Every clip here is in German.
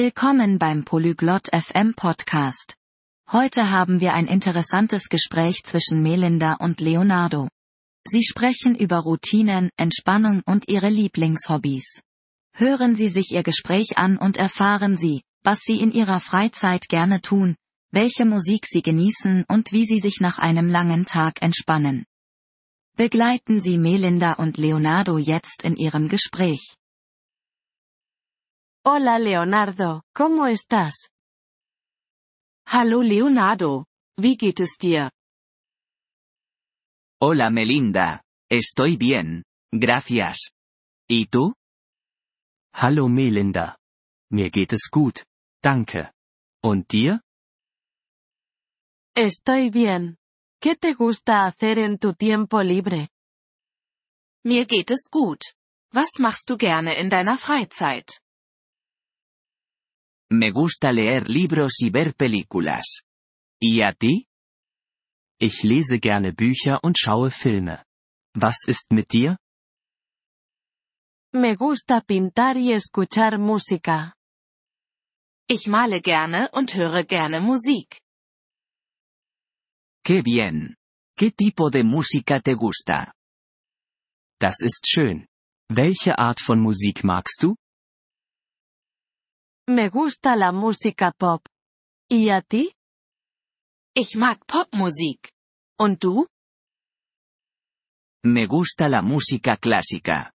Willkommen beim Polyglot FM Podcast. Heute haben wir ein interessantes Gespräch zwischen Melinda und Leonardo. Sie sprechen über Routinen, Entspannung und ihre Lieblingshobbys. Hören Sie sich Ihr Gespräch an und erfahren Sie, was Sie in Ihrer Freizeit gerne tun, welche Musik Sie genießen und wie Sie sich nach einem langen Tag entspannen. Begleiten Sie Melinda und Leonardo jetzt in ihrem Gespräch. Hola Leonardo, ¿cómo estás? Hallo Leonardo, wie geht es dir? Hola Melinda, estoy bien, gracias. ¿Y tú? Hallo Melinda. Mir geht es gut, danke. Und dir? Estoy bien. ¿Qué te gusta hacer en tu tiempo libre? Mir geht es gut. Was machst du gerne in deiner Freizeit? Me gusta leer libros y ver películas. ¿Y a ti? Ich lese gerne Bücher und schaue Filme. Was ist mit dir? Me gusta pintar y escuchar música. Ich male gerne und höre gerne Musik. Qué bien. ¿Qué tipo de música te gusta? Das ist schön. Welche Art von Musik magst du? Me gusta la música pop. ¿Y a ti? Ich mag Popmusik. Und du? Me gusta la música clásica.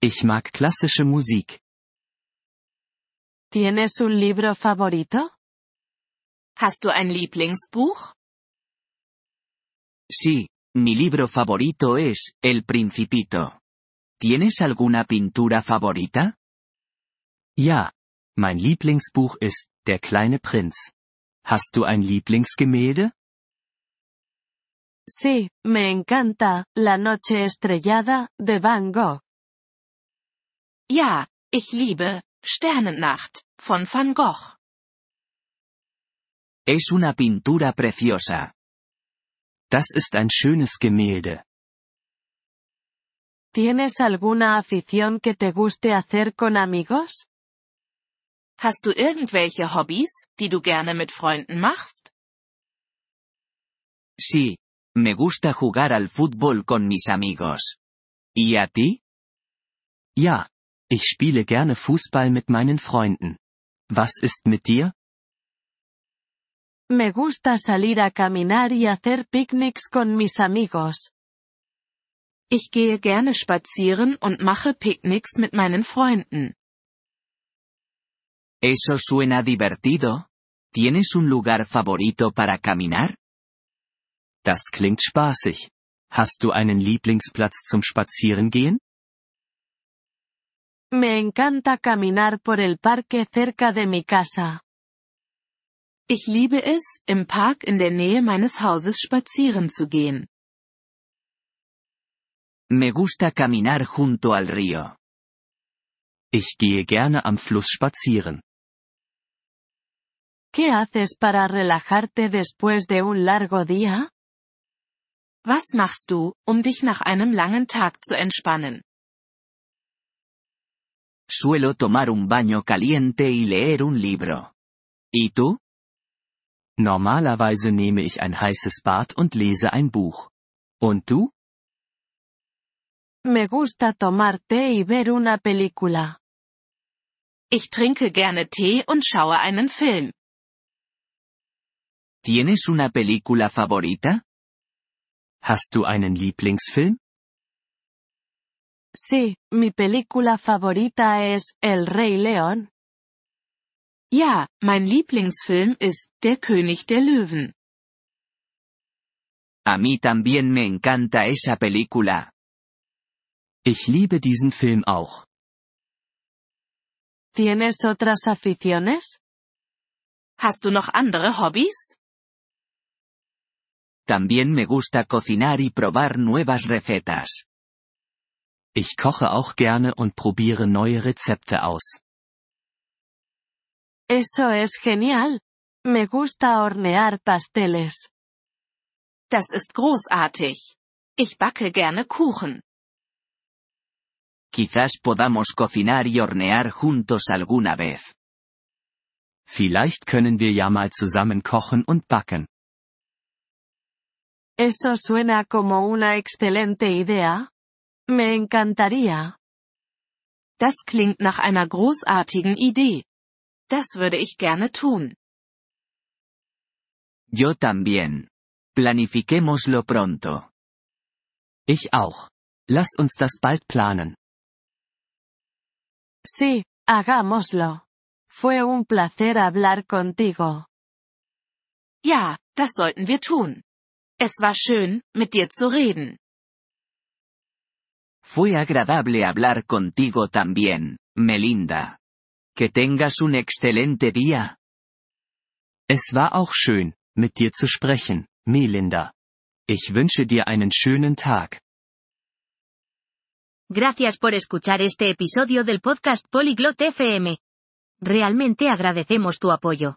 Ich mag klassische Musik. ¿Tienes un libro favorito? Hast du ein Lieblingsbuch? Sí, mi libro favorito es El Principito. ¿Tienes alguna pintura favorita? Ja. Mein Lieblingsbuch ist Der kleine Prinz. Hast du ein Lieblingsgemälde? Sí, me encanta, La noche estrellada, de Van Gogh. Ja, ich liebe Sternennacht von Van Gogh. Es una pintura preciosa. Das ist ein schönes Gemälde. ¿Tienes alguna afición que te guste hacer con amigos? Hast du irgendwelche Hobbys, die du gerne mit Freunden machst? Sí, me gusta jugar al fútbol con mis amigos. ¿Y a ti? Ja. Ich spiele gerne Fußball mit meinen Freunden. Was ist mit dir? Me gusta salir a caminar y hacer picnics con mis amigos. Ich gehe gerne spazieren und mache Picknicks mit meinen Freunden. Eso suena divertido. ¿Tienes un lugar favorito para caminar? Das klingt spaßig. Hast du einen Lieblingsplatz zum Spazierengehen? Me encanta caminar por el parque cerca de mi casa. Ich liebe es, im Park in der Nähe meines Hauses spazieren zu gehen. Me gusta caminar junto al río. Ich gehe gerne am Fluss spazieren. ¿Qué haces para relajarte después de un largo día? Was machst du, um dich nach einem langen Tag zu entspannen? Suelo tomar un baño caliente y leer un libro. ¿Y tú? Normalerweise nehme ich ein heißes Bad und lese ein Buch. Und du? Me gusta tomar té y ver una película. Ich trinke gerne Tee und schaue einen Film. ¿Tienes una película favorita? Hast du einen Lieblingsfilm? Sí, mi película favorita es El Rey León. Ja, mein Lieblingsfilm ist Der König der Löwen. A mí también me encanta esa película. Ich liebe diesen Film auch. ¿Tienes otras aficiones? Hast du noch andere Hobbys? También me gusta cocinar y probar nuevas recetas. Ich koche auch gerne und probiere neue Rezepte aus. Eso es genial. Me gusta hornear pasteles. Das ist großartig. Ich backe gerne Kuchen. Quizás podamos cocinar y hornear juntos alguna vez. Vielleicht können wir ja mal zusammen kochen und backen. Eso suena como una excelente idea. Me encantaría. Das klingt nach einer großartigen Idee. Das würde ich gerne tun. Yo también. Planifiquémoslo pronto. Ich auch. Lass uns das bald planen. Sí, hagámoslo. Fue un placer hablar contigo. Ja, das sollten wir tun. Es war schön, mit dir zu reden. Fue agradable hablar contigo también, Melinda. Que tengas un excelente día. Es war auch schön, mit dir zu sprechen, Melinda. Ich wünsche dir einen schönen Tag. Gracias por escuchar este episodio del podcast Polyglot FM. Realmente agradecemos tu apoyo.